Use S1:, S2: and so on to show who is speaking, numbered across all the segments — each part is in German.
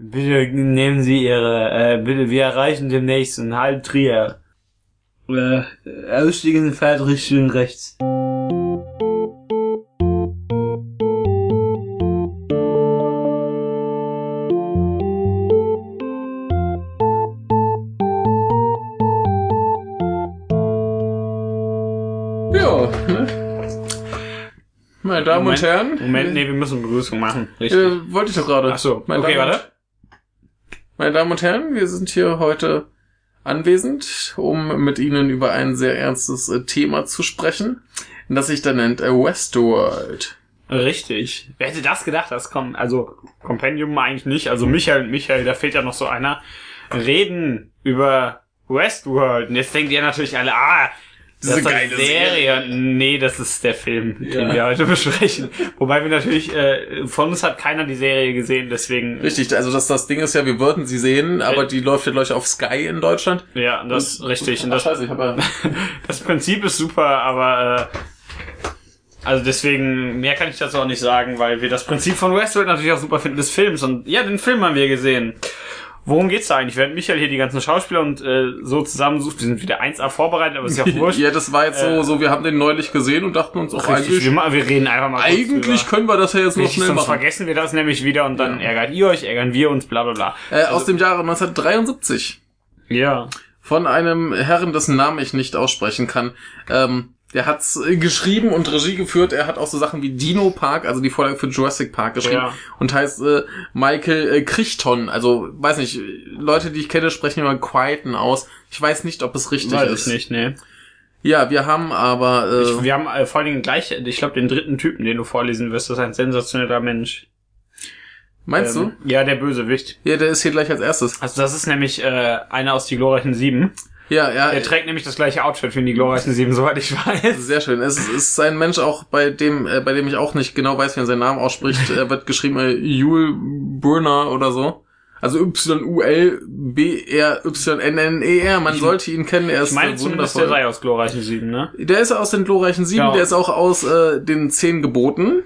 S1: Bitte nehmen Sie Ihre, äh, bitte, wir erreichen demnächst in halb Trier. Äh, ausstiegen in Fahrtrichtung rechts.
S2: Ja, ne? Meine Damen
S1: Moment,
S2: und Herren.
S1: Moment, nee, wir müssen Begrüßung machen. Richtig.
S2: Äh, wollte ich doch gerade.
S1: Ach so,
S2: Meine
S1: okay,
S2: Damen
S1: warte.
S2: Und, meine Damen und Herren, wir sind hier heute anwesend, um mit Ihnen über ein sehr ernstes äh, Thema zu sprechen, das sich dann nennt äh, Westworld.
S1: Richtig. Wer hätte das gedacht, das kommt, also, Compendium eigentlich nicht, also Michael und Michael, da fehlt ja noch so einer, reden über Westworld. Und jetzt denkt ihr natürlich alle, ah, das
S2: Diese
S1: ist doch eine
S2: geile
S1: Serie. Nee, das ist der Film, den
S2: Ja.
S1: wir heute besprechen. Wobei wir natürlich, äh, von uns hat keiner die Serie gesehen, deswegen,
S2: Richtig, also das, das Ding ist ja, wir würden sie sehen, aber die läuft ja gleich auf Sky in Deutschland.
S1: ja, das richtig. Und
S2: Ach,
S1: das,
S2: scheiße, ich hab ja-
S1: das Prinzip ist super, aber äh, also deswegen, mehr kann ich dazu auch nicht sagen, weil wir das Prinzip von Westworld natürlich auch super finden des Films. Und ja, den Film haben wir gesehen. Worum geht's da eigentlich? Während Michael hier die ganzen Schauspieler und äh, so zusammensucht, wir sind wieder 1A vorbereitet, aber ist ja auch wurscht.
S2: Ja, das war jetzt
S1: Äh,
S2: so, so, wir haben den neulich gesehen und dachten uns auch
S1: Richtig, wir,
S2: eigentlich,
S1: ma- wir reden einfach mal kurz drüber.
S2: eigentlich können wir das ja jetzt noch
S1: Richtig,
S2: schnell
S1: sonst
S2: machen.
S1: vergessen wir das nämlich wieder und dann
S2: Ja.
S1: ärgert ihr euch, ärgern wir uns, bla bla bla.
S2: Äh, aus dem Jahre 1973.
S1: Ja.
S2: von einem Herrn, dessen Namen ich nicht aussprechen kann. Ähm, der hat's äh, geschrieben und Regie geführt. Er hat auch so Sachen wie Dino Park, also die Vorlage für Jurassic Park geschrieben.
S1: Ja.
S2: Und heißt äh, Michael äh, Crichton. Also, weiß nicht, Leute, die ich kenne, sprechen immer Crichton aus. Ich weiß nicht, ob es richtig
S1: Weiß
S2: ist.
S1: ich nicht, ne.
S2: Ja, wir haben aber... Äh,
S1: Ich, wir haben äh, vor allen Dingen gleich, ich glaube, den dritten Typen, den du vorlesen wirst, ist ein sensationeller Mensch.
S2: meinst
S1: Ähm, Ja, der Bösewicht.
S2: du? Ja, der ist hier gleich als erstes.
S1: Also das ist nämlich äh, einer aus die glorreichen Sieben.
S2: Ja, ja.
S1: Er
S2: äh,
S1: trägt nämlich das gleiche Outfit wie in die glorreichen Sieben, soweit ich weiß.
S2: Sehr schön. Es ist, es ist ein Mensch auch, bei dem, äh, bei dem ich auch nicht genau weiß, wie man seinen Namen ausspricht. Er wird geschrieben äh, Yul Brynner oder so. Also Y-U-L-B-R-Y-N-N-E-R. E Man sollte ihn kennen. Er ist
S1: Ich meine
S2: äh,
S1: zumindest, Genau. der
S2: wundervoll.
S1: sei aus glorreichen Sieben, ne?
S2: Der ist aus den glorreichen Sieben.
S1: Ja.
S2: Der ist auch aus äh, den Zehn Geboten.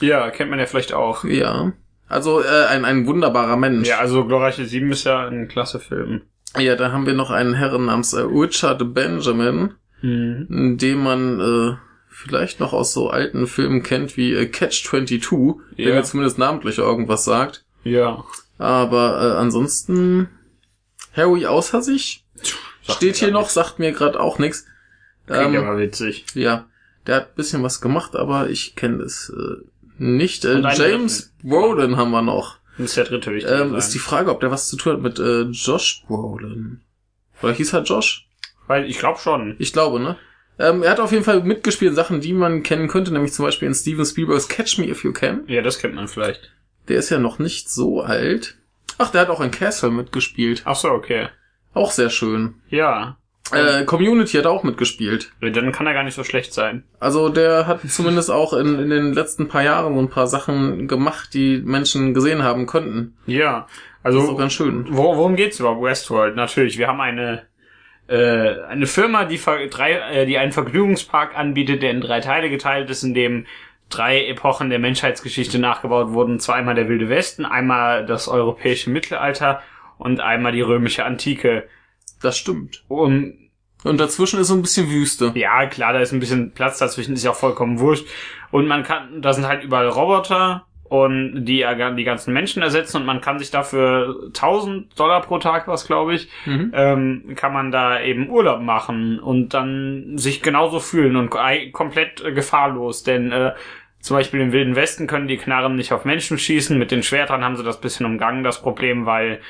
S1: Ja, kennt man ja vielleicht auch.
S2: Ja. Also äh, ein, ein wunderbarer Mensch.
S1: Ja, also glorreiche Sieben ist ja ein klasse Film.
S2: ja, da haben wir noch einen Herren namens äh, Richard Benjamin,
S1: Mhm.
S2: den man äh, vielleicht noch aus so alten Filmen kennt wie äh, Catch 22,
S1: Ja.
S2: der mir zumindest namentlich irgendwas sagt.
S1: Ja.
S2: Aber äh, ansonsten Harry außer sich
S1: Sagt mir
S2: steht hier
S1: gar
S2: noch, sagt mir gerade auch nichts.
S1: Klingt
S2: Ähm,
S1: aber witzig.
S2: ja, der hat bisschen was gemacht, aber ich kenne es äh, nicht. Äh,
S1: Und einen
S2: James Brolin haben wir noch.
S1: Das ist der dritte wichtige.
S2: Ähm,
S1: sein.
S2: ist die Frage, ob der was zu tun hat mit äh, Josh Brolin. Oder hieß er Josh?
S1: Weil ich glaube schon.
S2: Ich glaube, ne? Ähm, er hat auf jeden Fall mitgespielt in Sachen, die man kennen könnte, nämlich zum Beispiel in Steven Spielbergs Catch Me If You Can.
S1: Ja, das kennt man vielleicht.
S2: Der ist ja noch nicht so alt. Ach, der hat auch in Castle mitgespielt.
S1: Ach so, okay.
S2: Auch sehr schön.
S1: Ja.
S2: Äh, Community hat auch mitgespielt.
S1: Dann kann er gar nicht so schlecht sein.
S2: Also der hat zumindest auch in, in den letzten paar Jahren so ein paar Sachen gemacht, die Menschen gesehen haben könnten.
S1: Ja.
S2: Das ist auch
S1: Also,
S2: ganz schön.
S1: Wo- Worum geht's überhaupt? Westworld, natürlich. Wir haben eine, äh, eine Firma, die, ver drei, äh, die einen Vergnügungspark anbietet, der in drei Teile geteilt ist, in dem drei Epochen der Menschheitsgeschichte nachgebaut wurden. Und Zwar einmal der Wilde Westen, einmal das europäische Mittelalter und einmal die römische Antike. Um
S2: Das stimmt.
S1: Und
S2: Und dazwischen ist so ein bisschen Wüste.
S1: ja, klar, da ist ein bisschen Platz dazwischen, ist ja auch vollkommen wurscht. Und man kann, da sind halt überall Roboter und die ja die ganzen Menschen ersetzen und man kann sich dafür 1000 Dollar pro Tag, was glaube ich,
S2: Mhm.
S1: ähm, kann man da eben Urlaub machen und dann sich genauso fühlen und ei- komplett äh, gefahrlos, denn äh, zum Beispiel im Wilden Westen können die Knarren nicht auf Menschen schießen, mit den Schwertern haben sie das bisschen umgangen, das Problem, weil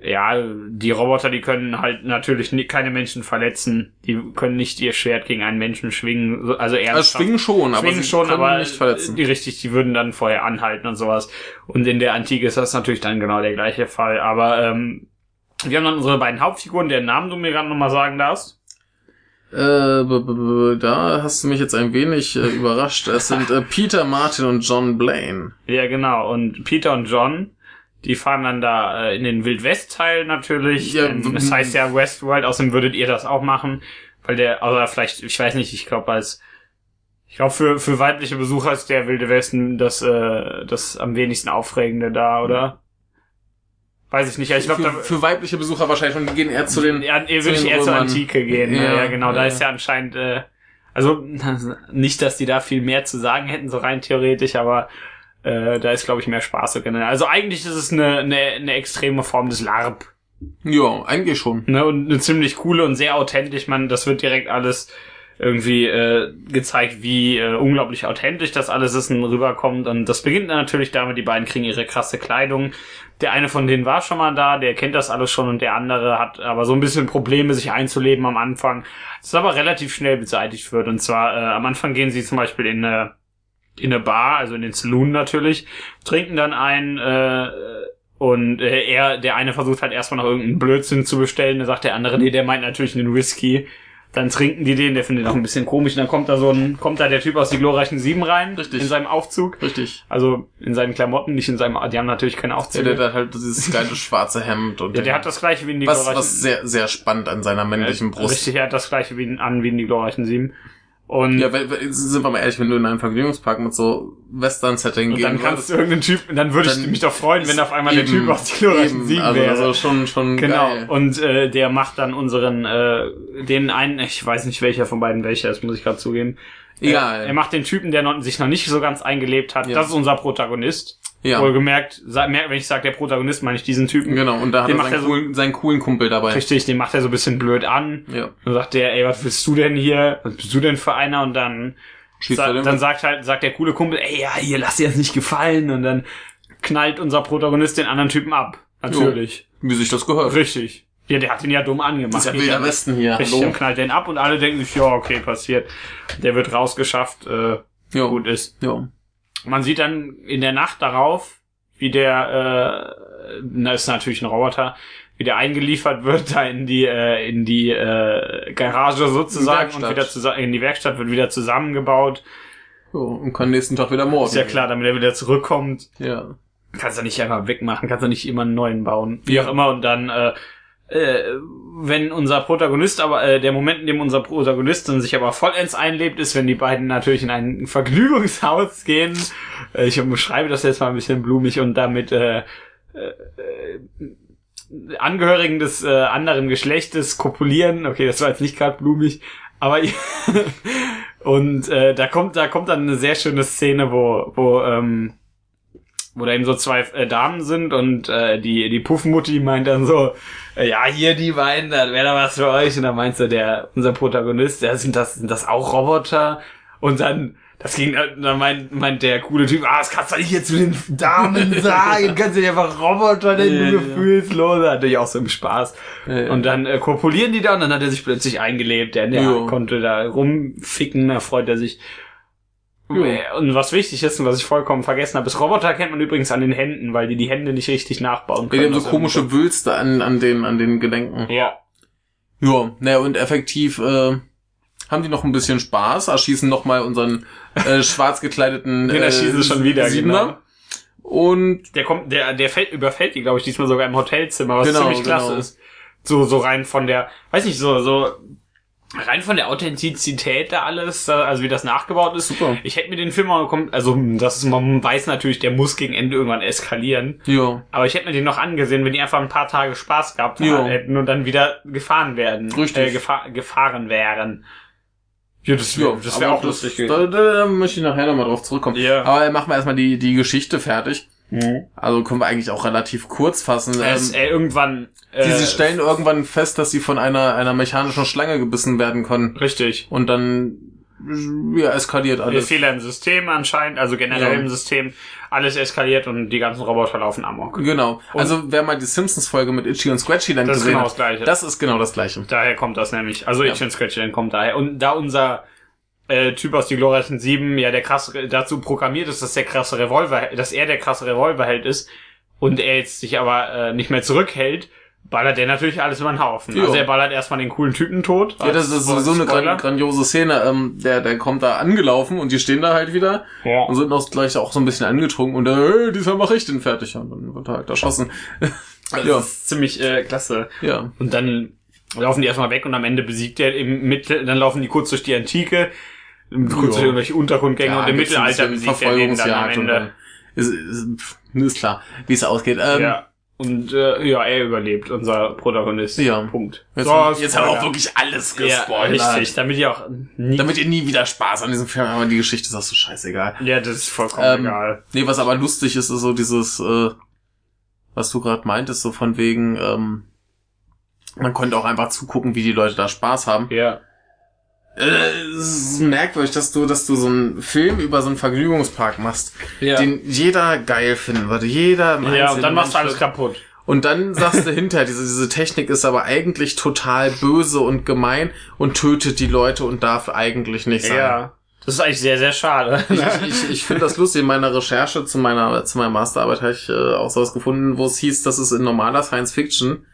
S1: ja, die Roboter, die können halt natürlich ni- keine Menschen verletzen, die können nicht ihr Schwert gegen einen Menschen schwingen, so- also ernsthaft.
S2: Also schwingen schon, aber
S1: Schwingen
S2: sie
S1: schon,
S2: können
S1: aber
S2: nicht verletzen.
S1: Die richtig, die würden dann vorher anhalten und sowas. Und in der Antike ist das natürlich dann genau der gleiche Fall. Aber ähm, wir haben dann unsere beiden Hauptfiguren, deren Namen du mir gerade nochmal sagen darfst.
S2: Äh, b- b- b- da hast du mich jetzt ein wenig äh, überrascht. Es sind äh, Peter Martin und John Blaine.
S1: Ja, genau. Und Peter und John, die fahren dann da äh, in den Wildwest-Teil natürlich.
S2: Ja,
S1: ähm,
S2: w-
S1: das heißt ja Westworld, außerdem würdet ihr das auch machen. Weil der, oder vielleicht, ich weiß nicht, ich glaube als ich glaube, für, für weibliche Besucher ist der Wilde Westen das, äh, das am wenigsten Aufregende da, oder? Weiß ich nicht. Ich glaube,
S2: für, für weibliche Besucher wahrscheinlich und die gehen eher zu den.
S1: Ja, eh,
S2: zu
S1: würde ich
S2: den
S1: eher zur
S2: Römern.
S1: Antike gehen. Ja,
S2: Ja,
S1: ja genau. Da
S2: ja.
S1: ist ja anscheinend, äh, also nicht, dass die da viel mehr zu sagen hätten, so rein theoretisch, aber äh, da ist, glaube ich, mehr Spaß drin. Also eigentlich ist es eine, eine, eine extreme Form des LARP.
S2: Ja, eigentlich schon.
S1: Ne? Und eine ziemlich coole und sehr authentisch. Man, das wird direkt alles irgendwie äh, gezeigt, wie äh, unglaublich authentisch das alles ist und rüberkommt. Und das beginnt dann natürlich damit, die beiden kriegen ihre krasse Kleidung. Der eine von denen war schon mal da, der kennt das alles schon und der andere hat aber so ein bisschen Probleme, sich einzuleben am Anfang. Das aber relativ schnell beseitigt wird. Und zwar, äh, am Anfang gehen sie zum Beispiel in eine, in eine Bar, also in den Saloon natürlich, trinken dann ein äh, und äh, er, der eine versucht halt erstmal noch irgendeinen Blödsinn zu bestellen, dann sagt der andere, nee, der meint natürlich einen Whisky. Dann trinken die den, der findet auch ein bisschen komisch, und dann kommt da so ein, kommt da der Typ aus die glorreichen Sieben rein,
S2: Richtig.
S1: in seinem Aufzug.
S2: Richtig.
S1: Also in seinen Klamotten, nicht in seinem, die haben natürlich keine
S2: Ja,
S1: Aufzüge.
S2: der hat halt dieses geile schwarze Hemd und
S1: Ja, der hat das gleiche wie in die
S2: was,
S1: glorreichen
S2: was sehr, sehr spannend an seiner
S1: Äh,
S2: männlichen Brust.
S1: Richtig, er hat das gleiche wie in, an wie in die glorreichen Sieben. Und,
S2: Ja, weil, weil, sind wir mal ehrlich, wenn du in einen Vergnügungspark mit so Western-Setting
S1: und
S2: gehen
S1: dann kannst du irgendeinen Typ, dann würde ich
S2: dann
S1: mich doch freuen, wenn auf einmal der
S2: Eben,
S1: Typ aus die glorreichen
S2: eben,
S1: Sieben
S2: also,
S1: wäre.
S2: Also schon, schon
S1: Genau,
S2: geil.
S1: und äh, der macht dann unseren, äh, den einen, ich weiß nicht welcher von beiden welcher ist, muss ich gerade zugeben. Äh,
S2: Egal.
S1: Er, er macht den Typen, der noch, sich noch nicht so ganz eingelebt hat.
S2: Ja.
S1: Das ist unser Protagonist.
S2: ja.
S1: Wohlgemerkt, sa- merk- wenn ich sage, der Protagonist, meine ich diesen Typen.
S2: Genau, und da hat
S1: Den
S2: er
S1: macht
S2: seinen,
S1: er so-
S2: coolen, seinen coolen Kumpel dabei.
S1: Richtig, den macht er so ein bisschen blöd an.
S2: Ja.
S1: Dann sagt der, ey, was bist du denn hier? Was bist du denn für einer? Und dann,
S2: Schießt
S1: sa
S2: er den
S1: dann sagt halt, sagt der coole Kumpel, ey, ja, hier, lass dir das nicht gefallen. Und dann knallt unser Protagonist den anderen Typen ab. Natürlich.
S2: wie sich das gehört.
S1: Richtig. Ja, der hat ihn ja dumm angemacht.
S2: Das ist ja
S1: Geht
S2: wilder
S1: nicht.
S2: Westen hier.
S1: Richtig, und
S2: Hallo.
S1: knallt den ab und alle denken sich, ja, okay, passiert. Der wird rausgeschafft, äh,
S2: Ja.
S1: gut ist.
S2: Ja.
S1: Man sieht dann in der Nacht darauf, wie der, äh, na, ist natürlich ein Roboter, wie der eingeliefert wird da in die, äh, in die äh, Garage sozusagen und
S2: Werkstatt.
S1: wieder zusammen, in die Werkstatt wird wieder zusammengebaut.
S2: ja. Und kann nächsten Tag wieder morden.
S1: Ist ja klar, damit er wieder zurückkommt.
S2: Ja.
S1: kannst du nicht einfach wegmachen, kannst du nicht immer einen neuen bauen, wie auch immer und dann äh, äh, wenn unser Protagonist aber äh, der Moment, in dem unser Protagonist dann sich aber vollends einlebt, ist, wenn die beiden natürlich in ein Vergnügungshaus gehen. Äh, ich beschreibe das jetzt mal ein bisschen blumig und damit äh, Angehörigen des äh, anderen Geschlechtes kopulieren. Okay, das war jetzt nicht gerade blumig, aber und äh, da kommt da kommt dann eine sehr schöne Szene, wo wo ähm, wo da eben so zwei äh, Damen sind und äh, die die Puffmutti meint dann so äh, ja hier die beiden, dann wäre da was für euch und dann meint so der unser Protagonist, ja sind das sind das auch Roboter und dann das ging, äh, dann meint, meint der coole Typ, ah, das kannst du nicht hier zu den Damen sagen, kannst du dir einfach Roboter
S2: Ja,
S1: nennen, du
S2: ja, ja.
S1: gefühlsloser, natürlich auch so im Spaß.
S2: Ja, ja.
S1: Und dann äh, kopulieren die da und dann hat er sich plötzlich eingelebt. Der, der
S2: Jo.
S1: konnte da rumficken, da freut er sich.
S2: Jo.
S1: Äh, Und was wichtig ist und was ich vollkommen vergessen habe, ist Roboter kennt man übrigens an den Händen, weil die die Hände nicht richtig nachbauen
S2: Die
S1: können.
S2: haben so
S1: aus
S2: komische Wülste an, an den, an den Gelenken.
S1: irgendeinem Grund. Ja.
S2: Ja, naja, und effektiv äh, haben die noch ein bisschen Spaß, erschießen nochmal unseren äh, schwarz gekleideten
S1: Den
S2: äh,
S1: erschießen sie schon wieder, genau.
S2: Siebener. Und
S1: Der kommt, der, der fällt, überfällt die, glaube ich, diesmal sogar im Hotelzimmer, was
S2: Genau,
S1: ziemlich klasse
S2: genau.
S1: ist. So, so rein von der, weiß nicht, so, so, rein von der Authentizität da alles, da- also wie das nachgebaut ist.
S2: Super.
S1: Ich hätte mir den Film mal gekommen, also, das ist, man weiß natürlich, der muss gegen Ende irgendwann eskalieren.
S2: ja,
S1: Aber ich hätte mir den noch angesehen, wenn die einfach ein paar Tage Spaß gehabt
S2: Jo.
S1: hätten und dann wieder gefahren werden.
S2: Richtig.
S1: Äh, gefa gefahren wären. Ja, das
S2: ja,
S1: wäre das wär
S2: aber
S1: auch lustig
S2: Da,
S1: gewesen.
S2: da, da möchte ich nachher nochmal drauf zurückkommen.
S1: Ja.
S2: Aber machen wir erstmal die, die Geschichte fertig.
S1: Mhm.
S2: Also können wir eigentlich auch relativ kurz fassen.
S1: Es,
S2: Ähm,
S1: äh, irgendwann. Äh,
S2: die, sie stellen irgendwann fest, dass sie von einer, einer mechanischen Schlange gebissen werden können.
S1: Richtig.
S2: Und dann ja, eskaliert
S1: Äh,
S2: alles.
S1: Fehler im System anscheinend, also generell
S2: Ja.
S1: im System. Alles eskaliert und die ganzen Roboter laufen amok.
S2: Genau. Also wer mal die Simpsons-Folge mit Itchy und Scratchy dann
S1: Das ist
S2: gesehen
S1: genau
S2: hat,
S1: das Gleiche.
S2: das ist genau das gleiche.
S1: Daher kommt das nämlich. Also
S2: Ja.
S1: ich finde Scratchland kommt daher. Und da unser äh, Typ aus die glorreichen Sieben ja der krasse dazu programmiert ist, dass der krasse Revolver, dass er der krasse Revolverheld ist und er jetzt sich aber äh, nicht mehr zurückhält, ballert der natürlich alles über den Haufen.
S2: Jo.
S1: Also er ballert erstmal den coolen Typen tot.
S2: Ja, das ist sowieso eine gran
S1: Spoiler.
S2: grandiose Szene. Ähm, der, der kommt da angelaufen und die stehen da halt wieder
S1: Ja.
S2: und sind auch gleich auch so ein bisschen angetrunken und äh, diesmal mache ich den fertig. Und dann wird er halt erschossen.
S1: Das
S2: ja,
S1: ist ziemlich äh, klasse.
S2: ja.
S1: Und dann laufen die erstmal weg und am Ende besiegt er im Mittel, dann laufen die kurz durch die Antike, kurz durch irgendwelche Untergrundgänge
S2: ja,
S1: und im
S2: gibt's ein
S1: Mittelalter
S2: bisschen äh,
S1: besiegt er den dann am
S2: Verfolgungsjagd und
S1: Ende.
S2: dann- Ist, ist, pff, ist klar, wie es ausgeht. Ähm,
S1: ja. Und äh, ja, er überlebt, unser Protagonist.
S2: Ja.
S1: Punkt.
S2: Jetzt,
S1: So,
S2: jetzt haben wir
S1: Spoiler.
S2: auch wirklich alles
S1: ja,
S2: gespoilert.
S1: richtig, damit ihr auch nie,
S2: Damit ihr nie wieder Spaß an diesem Film habt, aber die Geschichte ist auch so scheißegal.
S1: ja, das ist vollkommen
S2: Ähm,
S1: egal.
S2: Nee, was aber lustig ist, ist so dieses, äh, was du gerade meintest, so von wegen, ähm, man konnte auch einfach zugucken, wie die Leute da Spaß haben.
S1: Ja.
S2: Äh, es ist merkwürdig, dass du, dass du so einen Film über so einen Vergnügungspark machst,
S1: Ja.
S2: den jeder geil finden würde. Jeder im
S1: ja, und
S2: Einzelnen
S1: dann machst du
S2: Mensch
S1: alles kaputt.
S2: Und dann sagst du hinterher, diese, diese Technik ist aber eigentlich total böse und gemein und tötet die Leute und darf eigentlich nicht sein.
S1: Ja. Das ist eigentlich sehr, sehr schade.
S2: Ich, ich, ich finde das lustig. In meiner Recherche zu meiner, zu meiner Masterarbeit habe ich äh, auch sowas gefunden, wo es hieß, dass es in normaler Science Fiction,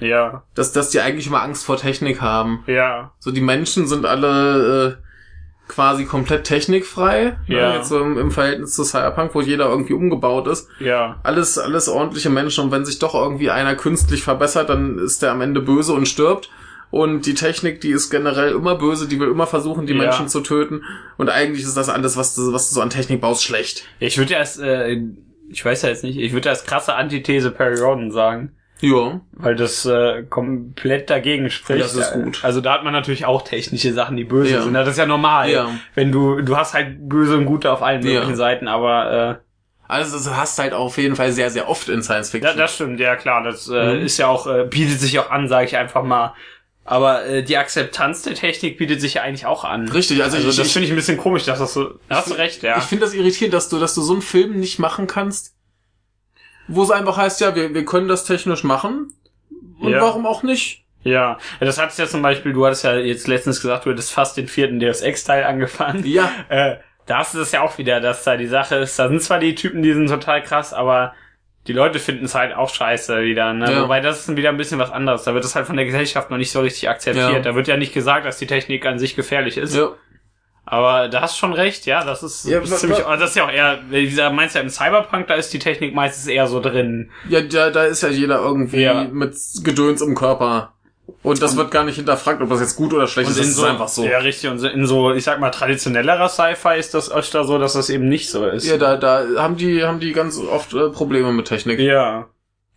S1: ja.
S2: dass, dass die eigentlich immer Angst vor Technik haben.
S1: Ja.
S2: So, die Menschen sind alle äh, quasi komplett technikfrei.
S1: Ja.
S2: Ne? Jetzt so im, im Verhältnis zu Cyberpunk, wo jeder irgendwie umgebaut ist.
S1: Ja.
S2: Alles, alles ordentliche Menschen und wenn sich doch irgendwie einer künstlich verbessert, dann ist der am Ende böse und stirbt. Und die Technik, die ist generell immer böse, die will immer versuchen, die
S1: Ja.
S2: Menschen zu töten. Und eigentlich ist das alles, was du, was du so an Technik baust, schlecht.
S1: Ich würde ja als, äh, ich weiß ja jetzt nicht, ich würde als krasse Antithese Perry Rodden sagen.
S2: Ja.
S1: Weil das äh, komplett dagegen spricht.
S2: Das ist gut.
S1: Also da hat man natürlich auch technische Sachen, die böse
S2: Ja.
S1: sind. Das ist ja normal.
S2: Ja.
S1: Wenn du, du hast halt böse und gute auf allen
S2: Ja.
S1: möglichen Seiten, aber äh,
S2: Also das hast du halt auf jeden Fall sehr, sehr oft in Science
S1: äh, ja,
S2: Fiction.
S1: das stimmt, ja klar. Das äh,
S2: Mhm.
S1: ist ja auch, äh, bietet sich auch an, sage ich einfach mal. Aber äh, die Akzeptanz der Technik bietet sich ja eigentlich auch an.
S2: Richtig, also,
S1: Also
S2: ich,
S1: das
S2: ich,
S1: finde ich ein bisschen komisch, dass das so. Da hast du
S2: find-
S1: recht, ja.
S2: ich finde das irritierend, dass du, dass du so einen Film nicht machen kannst, wo es einfach heißt, ja, wir, wir können das technisch machen. Und
S1: Ja.
S2: warum auch nicht?
S1: Ja. ja. Das hat's ja zum Beispiel, du hattest ja jetzt letztens gesagt, du hättest fast den vierten Deus Ex-Teil angefangen.
S2: Ja.
S1: äh, da ist es ja auch wieder, dass da die Sache ist, da sind zwar die Typen, die sind total krass, aber die Leute finden es halt auch scheiße wieder. Ne?
S2: Ja.
S1: Wobei das ist wieder ein bisschen was anderes. Da wird das halt von der Gesellschaft noch nicht so richtig akzeptiert.
S2: Ja.
S1: Da wird ja nicht gesagt, dass die Technik an sich gefährlich ist.
S2: Ja.
S1: Aber da hast schon recht, ja, das ist,
S2: Ja,
S1: ist
S2: wa-
S1: ziemlich, also
S2: wa-
S1: das ist ja auch eher, dieser meinst du ja im Cyberpunk, da ist die Technik meistens eher so drin.
S2: Ja, da, da ist ja jeder irgendwie
S1: Ja.
S2: mit Gedöns im Körper. Und das wird gar nicht hinterfragt, ob das jetzt gut oder schlecht ist. Das ist einfach so.
S1: Ja,
S2: Ja,
S1: richtig. Und so- in so, ich sag mal, traditionellerer Sci-Fi ist das öfter so, dass das eben nicht so ist.
S2: da, da haben die, haben die ganz oft äh, Probleme mit Technik.
S1: ja.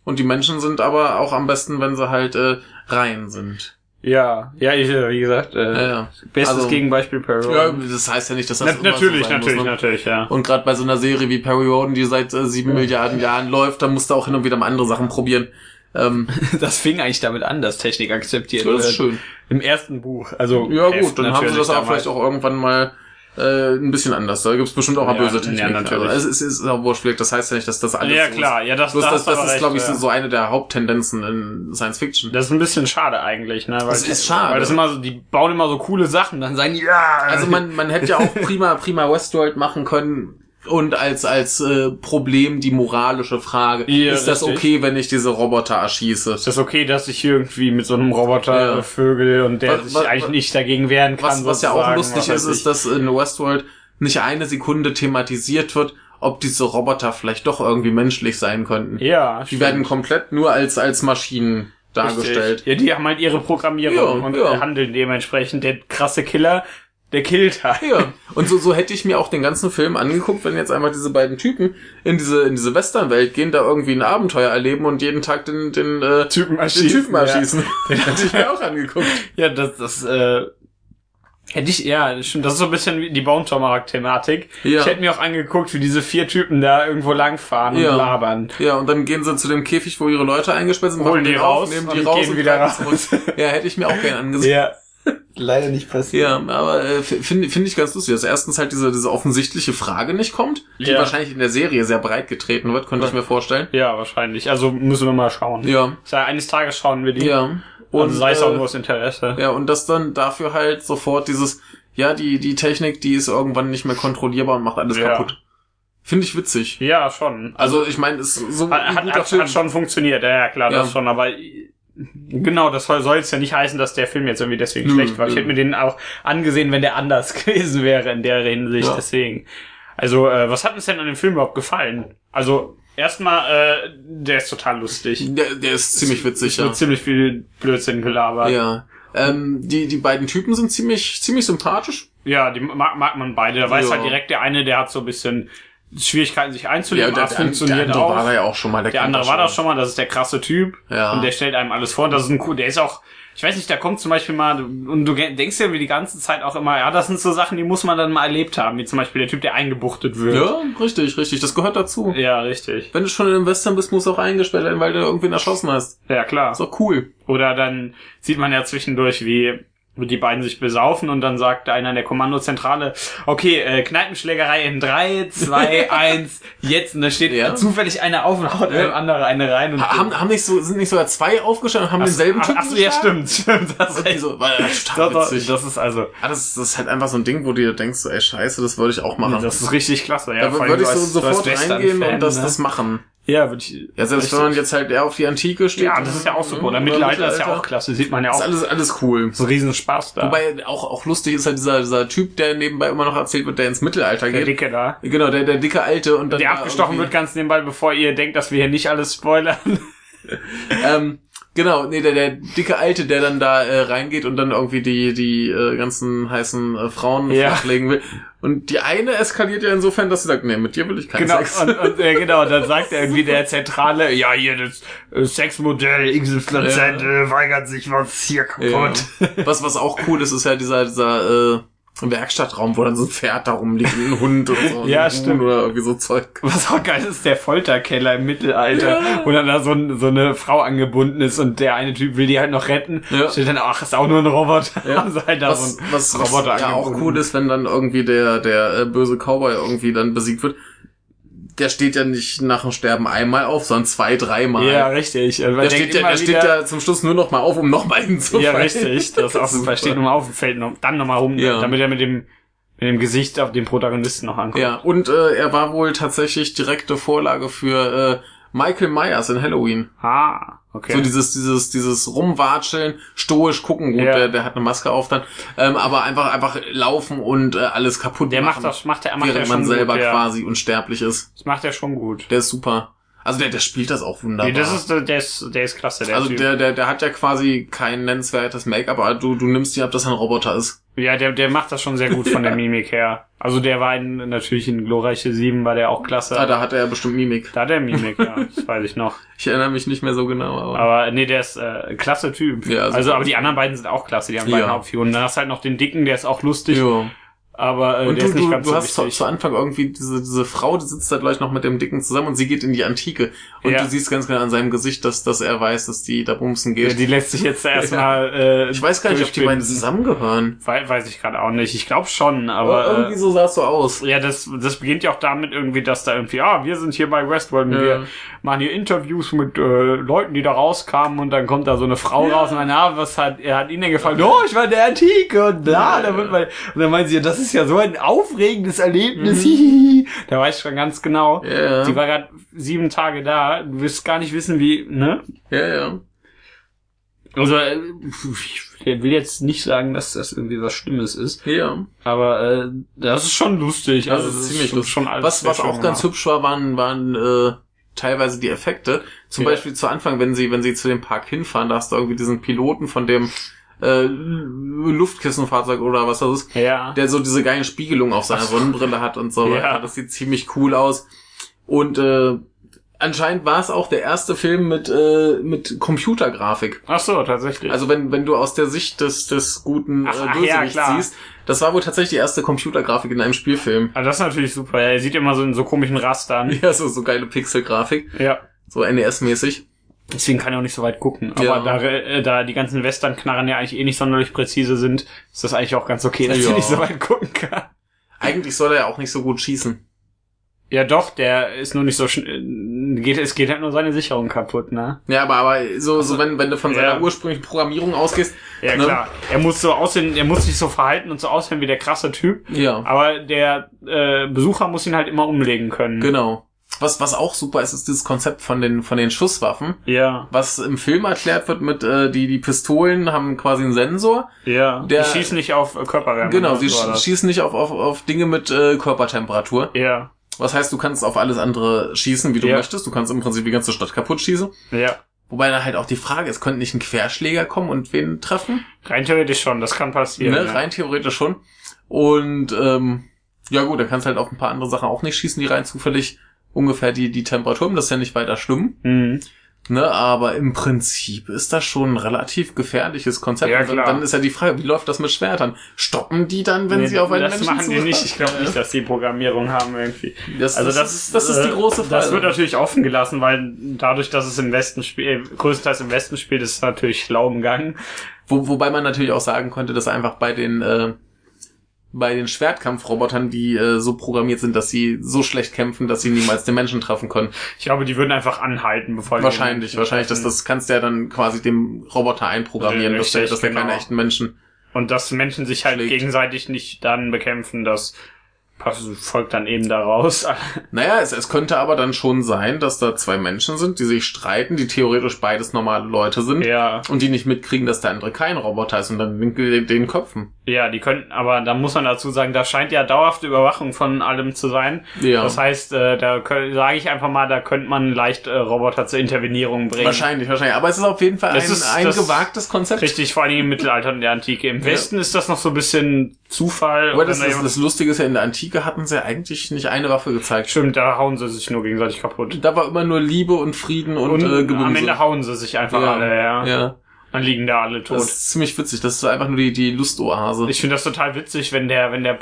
S2: Und die Menschen sind aber auch am besten, wenn sie halt äh, rein sind.
S1: Ja, ja, ich, äh, wie gesagt, äh,
S2: Ja, ja.
S1: bestes
S2: Also-
S1: Gegenbeispiel Perry.
S2: Ja,
S1: Roden.
S2: das heißt ja nicht, dass das
S1: Na,
S2: immer
S1: natürlich,
S2: so sein
S1: natürlich,
S2: muss, ne?
S1: natürlich, ja.
S2: Und gerade bei so einer Serie wie Perry Roden, die seit äh, sieben Milliarden Jahren läuft, da musst du auch hin und wieder mal andere Sachen probieren. Ähm,
S1: Das fing eigentlich damit an, dass Technik akzeptiert
S2: das ist schön.
S1: Im ersten Buch, also
S2: Ja gut, dann haben sie das auch vielleicht auch irgendwann mal äh, ein bisschen anders. Da gibt's bestimmt auch mal
S1: Ja,
S2: böse
S1: ja,
S2: Technik.
S1: natürlich.
S2: Aber es ist, es ist auch wurscht, das heißt ja nicht, dass das alles
S1: Ja
S2: so
S1: klar,
S2: ist.
S1: ja, das,
S2: Bloß das,
S1: das,
S2: das, ist, glaube ich,
S1: ja.
S2: so eine der Haupttendenzen in Science Fiction.
S1: Das ist ein bisschen schade eigentlich, ne? Weil
S2: Das ist schade.
S1: Weil das immer so, die bauen immer so coole Sachen, dann sagen die, ja.
S2: Also man, man hätte ja auch prima, prima Westworld machen können und als, als äh, Problem die moralische Frage,
S1: Ja,
S2: ist das
S1: richtig.
S2: okay, wenn ich diese Roboter erschieße?
S1: ist das okay, dass ich hier irgendwie mit so einem Roboter
S2: Ja.
S1: äh, vögel und der
S2: Was-
S1: sich
S2: was-
S1: eigentlich nicht dagegen wehren kann?
S2: was, was ja auch
S1: sozusagen,
S2: lustig
S1: was
S2: ist,
S1: weiß
S2: ist, dass in Westworld nicht eine Sekunde thematisiert wird, ob diese Roboter vielleicht doch irgendwie menschlich sein könnten.
S1: ich. ja,
S2: Die
S1: stimmt.
S2: werden komplett nur als, als Maschinen dargestellt.
S1: Richtig. Ja, die haben halt ihre Programmierung
S2: Ja,
S1: und
S2: ja.
S1: handeln dementsprechend. Der krasse Killer, der killt halt.
S2: Ja, und so, so hätte ich mir auch den ganzen Film angeguckt, wenn jetzt einfach diese beiden Typen in diese, in diese Westernwelt gehen, da irgendwie ein Abenteuer erleben und jeden Tag den, den, äh,
S1: Typen
S2: den Typen erschießen.
S1: Ja.
S2: Den hatte ich mir auch angeguckt.
S1: Ja, das, das, äh, hätte ich, ja, das stimmt, das ist so ein bisschen wie die Baumtormark-Thematik.
S2: Ja.
S1: Ich hätte mir auch angeguckt, wie diese vier Typen da irgendwo langfahren
S2: Ja.
S1: und labern.
S2: Ja, und dann gehen sie zu dem Käfig, wo ihre Leute eingesperrt sind,
S1: Holen
S2: machen
S1: die
S2: den
S1: raus und gehen wieder
S2: reiten zurück. Ja, hätte ich mir auch gerne angesehen.
S1: Ja. Leider nicht passiert.
S2: Ja, aber äh, finde find ich ganz lustig, dass erstens halt diese, diese offensichtliche Frage nicht kommt, die
S1: Ja.
S2: wahrscheinlich in der Serie sehr breit getreten wird, könnte ich mir vorstellen.
S1: Ja, wahrscheinlich. Also müssen wir mal schauen.
S2: Ja,
S1: Ja, eines Tages schauen wir die.
S2: ja.
S1: Und Also sei es auch
S2: äh,
S1: nur aus Interesse.
S2: Ja, und das dann dafür halt sofort dieses, ja, die, die Technik, die ist irgendwann nicht mehr kontrollierbar und macht alles
S1: Ja.
S2: kaputt. Finde ich witzig.
S1: Ja, schon.
S2: Also ich meine, ist so
S1: Hat,
S2: ein
S1: hat,
S2: guter
S1: hat,
S2: Film.
S1: hat schon funktioniert, ja, ja klar,
S2: Ja.
S1: das schon, aber äh, genau, das soll, soll jetzt ja nicht heißen, dass der Film jetzt irgendwie deswegen
S2: Nö,
S1: schlecht war. Ich
S2: nö.
S1: hätte mir den auch angesehen, wenn der anders gewesen wäre in der Hinsicht,
S2: Ja.
S1: deswegen. Also, äh, was hat uns denn an dem Film überhaupt gefallen? Also, erstmal, äh, der ist total lustig.
S2: der, der ist ziemlich witzig,
S1: Es wird
S2: ja.
S1: ziemlich viel Blödsinn gelabert. Ja,
S2: ja. Ähm, die, die beiden Typen sind ziemlich, ziemlich sympathisch.
S1: die mag, mag man beide. Da weiß
S2: Ja.
S1: halt direkt der eine, der hat so ein bisschen Schwierigkeiten, sich einzuleben. das funktioniert
S2: der andere
S1: auch.
S2: war da ja auch schon mal.
S1: Der andere war das schon mal, das ist der krasse Typ.
S2: Ja.
S1: Und der stellt einem alles vor. Und das ist ein cool, der ist auch, ich weiß nicht, da kommt zum Beispiel mal, du- und du ge- denkst dir wie die ganze Zeit auch immer, ja, das sind so Sachen, die muss man dann mal erlebt haben, wie zum Beispiel der Typ, der eingebuchtet wird.
S2: Ja, richtig, richtig. Das gehört dazu.
S1: Ja, ja richtig.
S2: Wenn du schon in einem Western bist, musst du auch eingesperrt werden, weil du irgendwen erschossen hast.
S1: Ja, klar.
S2: Ist doch cool.
S1: Oder dann sieht man ja zwischendurch, wie wie die beiden sich besaufen und dann sagt einer in der Kommandozentrale, okay, äh, Kneipenschlägerei in drei, zwei, eins, jetzt. Und da steht
S2: Ja.
S1: zufällig einer auf und haut
S2: Ja.
S1: einem andere eine rein. Und
S2: Ha- Haben, haben nicht so, sind nicht sogar zwei aufgestanden und haben denselben
S1: ach,
S2: Typen
S1: ach, ja,
S2: geschlagen?
S1: stimmt, stimmt. Das
S2: Und die
S1: ist,
S2: so, war total
S1: das,
S2: witzig.
S1: das, das ist also,
S2: Ah, das, das ist halt einfach so ein Ding, wo du dir denkst, so, ey, scheiße, das würde ich auch machen.
S1: das ist richtig klasse. Ja,
S2: da
S1: vor allem
S2: würde ich
S1: du
S2: so
S1: als- du als
S2: sofort reingehen
S1: Western-Fan,
S2: und das,
S1: ne?
S2: das machen.
S1: Ja, würde ich.
S2: Ja, selbst wenn man jetzt halt eher auf die Antike steht. ne,
S1: ja, das ist ja auch super. Oder Mittelalter ist ja auch klasse, sieht man ja
S2: Ist
S1: auch.
S2: alles, alles cool.
S1: So riesen Spaß da.
S2: Wobei auch, auch lustig ist halt dieser, dieser Typ, der nebenbei immer noch erzählt wird, der ins Mittelalter
S1: der
S2: geht.
S1: Dicke da.
S2: Genau, der, der dicke Alte und dann.
S1: Der
S2: da
S1: abgestochen wird
S2: irgendwie-
S1: ganz nebenbei, bevor ihr denkt, dass wir hier nicht alles spoilern.
S2: Ähm, genau, nee, der, der dicke Alte, der dann da äh, reingeht und dann irgendwie die, die äh, ganzen heißen äh, Frauen
S1: Ja.
S2: flachlegen will. Und die eine eskaliert ja insofern, dass sie sagt, nee, mit dir will ich keinen
S1: Genau,
S2: Sex.
S1: und, und äh, genau, dann sagt irgendwie der Zentrale, ja, hier das äh, Sexmodell XYZ äh, weigert sich, was hier
S2: Ja.
S1: kaputt.
S2: Was, was auch cool ist, ist ja dieser, dieser äh, Werkstattraum, wo dann so ein Pferd da rumliegt, und ein Hund und so. und
S1: Ja,
S2: ein Huhn
S1: stimmt.
S2: Oder irgendwie so Zeug.
S1: Was auch geil ist, der Folterkeller im Mittelalter, wo dann da so, ein, so eine Frau angebunden ist und der eine Typ will die halt noch retten.
S2: Ja.
S1: Steht dann, ach, ist auch nur ein Roboter.
S2: Ja.
S1: Haben sie halt da
S2: Was,
S1: so einen
S2: was, was
S1: Roboter
S2: ja auch
S1: angebunden.
S2: cool ist, wenn dann irgendwie der, der äh, böse Cowboy irgendwie dann besiegt wird. Der steht ja nicht nach dem Sterben einmal auf, sondern zwei, dreimal.
S1: Ja, richtig. Also man
S2: Der
S1: denkt
S2: steht, ja,
S1: immer
S2: der steht
S1: wieder-
S2: ja zum Schluss nur noch mal auf, um noch mal hinzufallen.
S1: Ja, richtig. Das auf dem
S2: super.
S1: Fall steht nochmal auf dem Feld, noch, dann nochmal rum,
S2: Ja.
S1: damit er mit dem, mit dem Gesicht auf den Protagonisten noch ankommt.
S2: Ja, und äh, er war wohl tatsächlich direkte Vorlage für äh, Michael Myers in Halloween.
S1: Ah, okay.
S2: So dieses, dieses, dieses Rumwatscheln, stoisch gucken, gut,
S1: Ja.
S2: der, der hat eine Maske auf dann, ähm, aber einfach, einfach laufen und äh, alles kaputt
S1: der
S2: machen,
S1: macht das, macht er, macht er
S2: während
S1: schon
S2: man selber
S1: gut, ja.
S2: quasi unsterblich ist.
S1: Das macht er schon gut.
S2: Der ist super. Also der, der spielt das auch wunderbar.
S1: Nee, das ist, der ist, der ist klasse, der
S2: also
S1: Typ.
S2: der, der, der hat ja quasi kein nennenswertes Make-up, aber du, du nimmst ihn ab, dass er ein Roboter ist.
S1: ja, der, der macht das schon sehr gut von der Mimik her. Also der war in, natürlich in Glorreiche 7 war der auch klasse.
S2: Ah, da hat er ja bestimmt Mimik.
S1: da hat er Mimik, ja, das weiß ich noch.
S2: Ich erinnere mich nicht mehr so genau, aber.
S1: Aber nee, der ist äh, ein klasse Typ.
S2: Ja, also-
S1: also, aber die anderen beiden sind auch klasse, die anderen beiden
S2: Ja.
S1: Hauptfiguren. Dann hast du halt noch den Dicken, der ist auch lustig,
S2: Jo.
S1: aber äh,
S2: Und
S1: der
S2: du,
S1: ist nicht
S2: du,
S1: ganz
S2: du
S1: so
S2: hast zu,
S1: wichtig.
S2: zu Anfang irgendwie diese, diese Frau, die sitzt da gleich noch mit dem Dicken zusammen und sie geht in die Antike. Und
S1: Ja.
S2: du siehst ganz genau an seinem Gesicht, dass, dass er weiß, dass die da bumsen
S1: Ja,
S2: geht.
S1: die lässt sich jetzt erstmal. Äh,
S2: ich weiß gar nicht, ob die beiden zusammengehören.
S1: Wei weiß ich gerade auch nicht. Ich glaube schon, aber.
S2: Aber
S1: äh,
S2: irgendwie so sah es so aus.
S1: Ja, das, das beginnt ja auch damit irgendwie, dass da irgendwie, ah, wir sind hier bei Westworld und
S2: Ja.
S1: wir machen hier Interviews mit äh, Leuten, die da rauskamen und dann kommt da so eine Frau raus und dann, ah, was hat, er hat ihnen denn gefallen? Oh, ich war in der Antike und da,
S2: Ja.
S1: da wird man, und dann meinen sie, das ist ja so ein aufregendes Erlebnis, hihihi. Da weiß ich schon ganz genau.
S2: Ja,
S1: Sie
S2: ja.
S1: war gerade sieben Tage da, du wirst gar nicht wissen, wie, ne?
S2: ja, ja.
S1: Also, äh, ich will jetzt nicht sagen, dass das irgendwie was Schlimmes ist.
S2: ja.
S1: Aber äh, das ist schon lustig.
S2: Das
S1: Also
S2: ist
S1: das
S2: ziemlich
S1: schon,
S2: lustig.
S1: Schon alles
S2: Was,
S1: sehr
S2: was
S1: schön
S2: auch ganz
S1: gemacht.
S2: hübsch war, waren, waren äh, teilweise die Effekte. Zum
S1: Ja.
S2: Beispiel zu Anfang, wenn sie, wenn sie zu dem Park hinfahren, da hast du irgendwie diesen Piloten von dem äh, Luftkissenfahrzeug oder was das ist,
S1: Ja.
S2: der so diese geilen Spiegelungen auf seiner
S1: Ach so.
S2: Sonnenbrille hat und so.
S1: Ja.
S2: weiter. Das sieht ziemlich cool aus. Und äh, anscheinend war es auch der erste Film mit, äh, mit Computergrafik.
S1: Ach so, tatsächlich.
S2: Also wenn, wenn du aus der Sicht des, des guten
S1: Ach,
S2: äh,
S1: ach ja,
S2: Bösewichts
S1: klar.
S2: siehst, das war wohl tatsächlich die erste Computergrafik in einem Spielfilm.
S1: also das ist natürlich super. Er sieht immer so in so komischen Rastern.
S2: Ja, so, so geile Pixelgrafik,
S1: Ja.
S2: so E NES-mäßig.
S1: Deswegen kann er auch nicht so weit gucken. Aber
S2: Ja.
S1: da, äh, da die ganzen Western-Knarren ja eigentlich eh nicht sonderlich präzise sind, ist das eigentlich auch ganz okay, dass
S2: Ja.
S1: er nicht so weit gucken kann.
S2: Eigentlich soll er ja auch nicht so gut schießen.
S1: Ja doch, der ist nur nicht so schnell. Geht, es geht halt nur seine Sicherung kaputt, ne?
S2: Ja, aber, aber so, so wenn, wenn du von seiner
S1: Ja.
S2: ursprünglichen Programmierung ausgehst.
S1: Ja
S2: ne?
S1: klar. Er muss so aussehen, er muss sich so verhalten und so aussehen wie der krasse Typ.
S2: Ja.
S1: Aber der äh, Besucher muss ihn halt immer umlegen können.
S2: Genau. Was, was auch super ist, ist dieses Konzept von den, von den Schusswaffen.
S1: Ja.
S2: Was im Film erklärt wird mit, äh, die, die Pistolen haben quasi einen Sensor.
S1: Ja,
S2: Der-
S1: die schießen nicht auf äh, Körperwärme.
S2: genau,
S1: oder
S2: sie
S1: so war
S2: sch
S1: das.
S2: schießen nicht auf, auf, auf Dinge mit äh, Körpertemperatur.
S1: Ja,
S2: Was heißt, du kannst auf alles andere schießen, wie du
S1: Ja.
S2: möchtest. Du kannst im Prinzip die ganze Stadt kaputt schießen.
S1: ja.
S2: Wobei dann halt auch die Frage ist, könnte nicht ein Querschläger kommen und wen treffen?
S1: Rein theoretisch schon, das kann passieren.
S2: ne?
S1: ja.
S2: Rein theoretisch schon. Und ähm, Ja gut, dann kannst halt auf ein paar andere Sachen auch nicht schießen, die rein zufällig ungefähr die, die Temperatur haben. Das ist ja nicht weiter schlimm.
S1: Mhm.
S2: Ne, aber im Prinzip ist das schon ein relativ gefährliches Konzept.
S1: Ja,
S2: Und dann-
S1: klar.
S2: Dann ist ja die Frage, wie läuft das mit Schwertern? Stoppen die dann, wenn
S1: Nee,
S2: sie auf einen
S1: das
S2: Menschen
S1: machen die
S2: zugreifen?
S1: nicht. Ich glaube nicht, dass die Programmierung haben irgendwie.
S2: Das,
S1: Also
S2: das,
S1: das
S2: ist, das ist die
S1: äh,
S2: große Frage.
S1: Das wird natürlich offen gelassen, weil dadurch, dass es im Westen spielt, äh, größtenteils im Westen spielt, ist es natürlich schlau im Gang.
S2: Wo, wobei man natürlich auch sagen könnte, dass einfach bei den äh, bei den Schwertkampfrobotern, die äh, so programmiert sind, dass sie so schlecht kämpfen, dass sie niemals den Menschen treffen können.
S1: Ich glaube, die würden einfach anhalten, bevor die-
S2: wahrscheinlich, wahrscheinlich, dass das kannst du ja dann quasi dem Roboter einprogrammieren, dass der,
S1: Richtig,
S2: dass der keine
S1: genau.
S2: echten Menschen.
S1: Und dass Menschen sich halt
S2: Schlägt.
S1: gegenseitig nicht dann bekämpfen, das pass- folgt dann eben daraus.
S2: Naja, es, es könnte aber dann schon sein, dass da zwei Menschen sind, die sich streiten, die theoretisch beides normale Leute sind
S1: ja,
S2: und die nicht mitkriegen, dass der andere kein Roboter ist und dann den, den Köpfen.
S1: ja, die könnten, aber da muss man dazu sagen, da scheint ja dauerhafte Überwachung von allem zu sein.
S2: Ja.
S1: Das heißt, äh, da sage ich einfach mal, da könnte man leicht äh, Roboter zur Intervenierung bringen.
S2: Wahrscheinlich, wahrscheinlich. Aber es ist auf jeden Fall ein,
S1: Das ist-
S2: ein
S1: das-
S2: gewagtes Konzept.
S1: Richtig, vor allem im Mittelalter und der Antike. Im Westen ist das noch so ein bisschen Zufall.
S2: Aber
S1: Und
S2: das,
S1: dann
S2: ist, das Lustige ist ja, in der Antike hatten sie ja eigentlich nicht eine Waffe gezeigt.
S1: stimmt, da hauen sie sich nur gegenseitig kaputt.
S2: Da war immer nur Liebe und Frieden und,
S1: Und,
S2: äh, Gebumse.
S1: am Ende hauen sie sich einfach alle, ja.
S2: ja.
S1: Dann liegen da alle tot.
S2: Das ist ziemlich witzig. Das ist einfach nur die, die Lustoase.
S1: ich finde das total witzig, wenn der, wenn der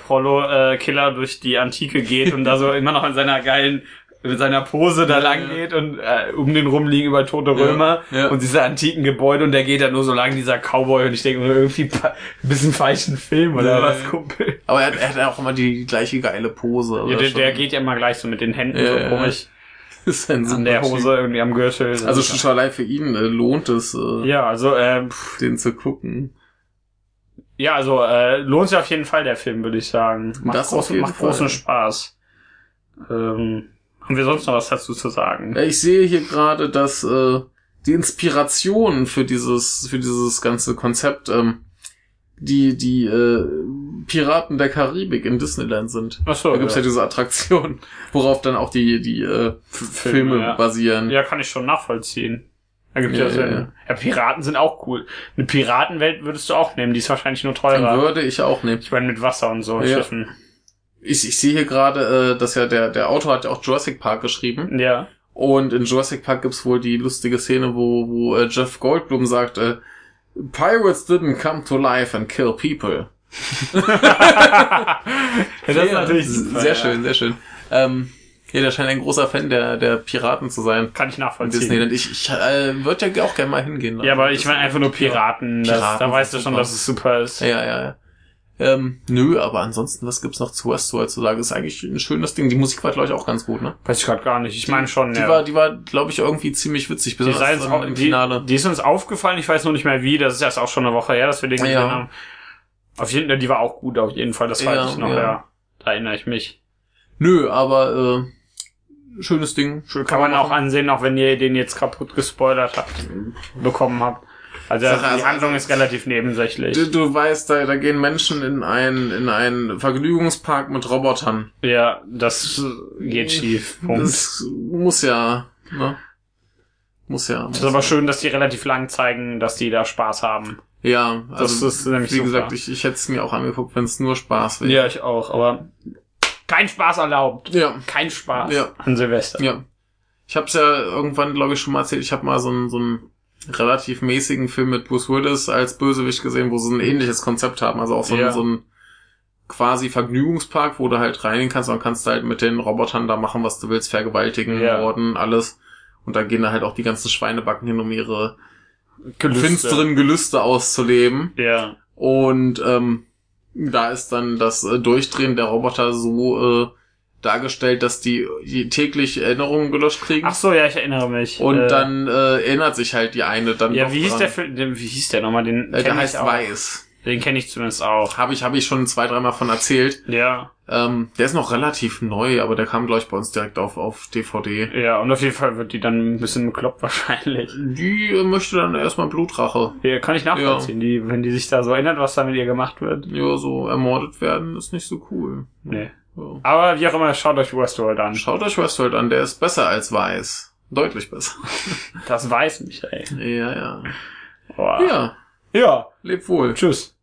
S1: Prollo-Killer durch die Antike geht und da so immer noch in seiner geilen, mit seiner Pose da lang geht und äh, um den rum liegen über tote Römer
S2: ja.
S1: und diese antiken Gebäude und der geht da nur so lang, dieser Cowboy und ich denke mir irgendwie pa- ein bisschen falschen Film oder
S2: Ja,
S1: was,
S2: ja.
S1: Kumpel.
S2: Aber er hat, er hat auch immer die, die gleiche geile Pose.
S1: Ja,
S2: oder
S1: der,
S2: schon.
S1: der geht ja immer gleich so mit den Händen
S2: Ja, ja,
S1: so komisch
S2: ist ein
S1: an der
S2: super
S1: Hose, irgendwie am Gürtel.
S2: Typ. Also schon schon allein für ihn äh, lohnt es, äh,
S1: ja, also äh, pff,
S2: den zu gucken.
S1: ja, also äh, lohnt sich auf jeden Fall der Film, würde ich sagen. Macht,
S2: Das auf
S1: großen,
S2: jeden
S1: macht großen
S2: Fall.
S1: Spaß. Ähm, haben wir sonst noch was dazu zu sagen?
S2: Ja, ich sehe hier gerade, dass äh, die Inspiration für dieses für dieses ganze Konzept ähm, die die äh, Piraten der Karibik in Disneyland sind.
S1: Achso,
S2: Da gibt's ja diese Attraktion, worauf dann auch die, die äh, Filme
S1: ja.
S2: basieren.
S1: ja, kann ich schon nachvollziehen. Da gibt ja,
S2: Ja, ja,
S1: Sinn. Ja.
S2: ja.
S1: Piraten sind auch cool. Eine Piratenwelt würdest du auch nehmen, die ist wahrscheinlich nur
S2: Dann
S1: teurer.
S2: würde ich auch nehmen.
S1: Ich meine, mit Wasser und so,
S2: Ja.
S1: Schiffen.
S2: Ich, ich sehe hier gerade, äh, dass ja der, der Autor hat ja auch Jurassic Park geschrieben.
S1: Ja.
S2: Und in Jurassic Park gibt's wohl die lustige Szene, wo, wo äh, Jeff Goldblum sagt, äh, Pirates didn't come to life and kill people.
S1: ja das ist
S2: Ja,
S1: natürlich
S2: s-
S1: super,
S2: Sehr
S1: ja.
S2: schön, sehr schön. Ähm, ja, der scheint ein großer Fan der, der Piraten zu sein.
S1: Kann ich
S2: In
S1: nachvollziehen.
S2: Disneyland. Ich, ich äh, würde ja auch gerne mal hingehen. ne?
S1: Ja, aber ich meine einfach nur Piraten. das, da
S2: Piraten
S1: weißt du
S2: sind
S1: schon,
S2: super.
S1: dass es super ist.
S2: Ja, ja, ja. Ähm, nö, aber ansonsten, was gibt's noch zu Westworld zu sagen? Ist eigentlich ein schönes Ding. Die Musik war, glaube ich, auch ganz gut, ne?
S1: Weiß ich gerade gar nicht. Ich meine schon,
S2: Die
S1: ja.
S2: war, die war, glaube ich, irgendwie ziemlich witzig,
S1: die,
S2: besonders
S1: sei uns
S2: dann
S1: auch,
S2: im
S1: die,
S2: Finale.
S1: die ist uns aufgefallen, ich weiß nur nicht mehr wie, das ist erst auch schon eine Woche her, dass wir den
S2: Ja.
S1: gesehen haben. Auf jeden Fall, die war auch gut, auf jeden Fall, das weiß
S2: Ja,
S1: ich noch, ja.
S2: ja.
S1: Da erinnere ich mich.
S2: Nö, aber äh, schönes Ding. Schön
S1: Kann man auch ansehen, auch wenn ihr den jetzt kaputt gespoilert habt, bekommen habt. Also
S2: Sache,
S1: die
S2: also-
S1: Handlung ist relativ nebensächlich.
S2: Du, du weißt, da, da gehen Menschen in einen, in einen Vergnügungspark mit Robotern.
S1: Ja, das geht schief. Punkt. Das
S2: Das muss ja, ne? Muss ja. Muss
S1: ist aber schön, dass die relativ lang zeigen, dass die da Spaß haben.
S2: ja,
S1: Das
S2: also,
S1: ist nämlich
S2: wie
S1: super.
S2: gesagt, ich, ich hätte es mir auch angeguckt, wenn es nur Spaß wäre.
S1: Ja, ich auch, aber kein Spaß erlaubt.
S2: Ja.
S1: Kein Spaß
S2: Ja.
S1: an Silvester.
S2: Ja. Ich habe es ja irgendwann, glaube ich, schon mal erzählt. Ich habe mal so einen, so einen relativ mäßigen Film mit Bruce Willis als Bösewicht gesehen, wo sie ein ähnliches Konzept haben. Also auch so,
S1: Ja.
S2: einen, so einen quasi Vergnügungspark, wo du halt reingehen kannst und kannst halt mit den Robotern da machen, was du willst, vergewaltigen,
S1: Ja.
S2: morden, alles. Und da gehen da halt auch die ganzen Schweinebacken hin, um ihre
S1: Gelüste.
S2: finsteren Gelüste auszuleben.
S1: Ja.
S2: Und ähm, da ist dann das äh, Durchdrehen der Roboter so äh, dargestellt, dass die äh, täglich Erinnerungen gelöscht kriegen.
S1: Ach so, ja, ich erinnere mich.
S2: Und
S1: Äh,
S2: dann äh, erinnert sich halt die eine dann.
S1: Ja,
S2: doch
S1: wie hieß
S2: dran.
S1: der Film? den- Wie hieß der nochmal? Den
S2: Äh, der
S1: kenn
S2: heißt
S1: ich auch.
S2: Weiß.
S1: Den kenne ich zumindest auch.
S2: Habe ich, hab ich schon zwei, dreimal von erzählt.
S1: Ja,
S2: Ähm, der ist noch relativ neu, aber der kam, glaube ich, bei uns direkt auf, auf DVD.
S1: ja, und auf jeden Fall wird die dann ein bisschen bekloppt wahrscheinlich.
S2: Die äh, möchte dann erstmal Blutrache.
S1: Ja, kann ich nachvollziehen, die, wenn die sich da so erinnert, was da mit ihr gemacht wird.
S2: Ja, so ermordet werden ist nicht so cool.
S1: Nee.
S2: Ja.
S1: Aber wie auch immer, schaut euch Westworld an.
S2: Schaut euch Westworld an, der ist besser als Weiß. Deutlich besser.
S1: Das weiß mich, ey.
S2: ja, ja.
S1: Boah.
S2: Ja,
S1: ja.
S2: leb wohl.
S1: Tschüss.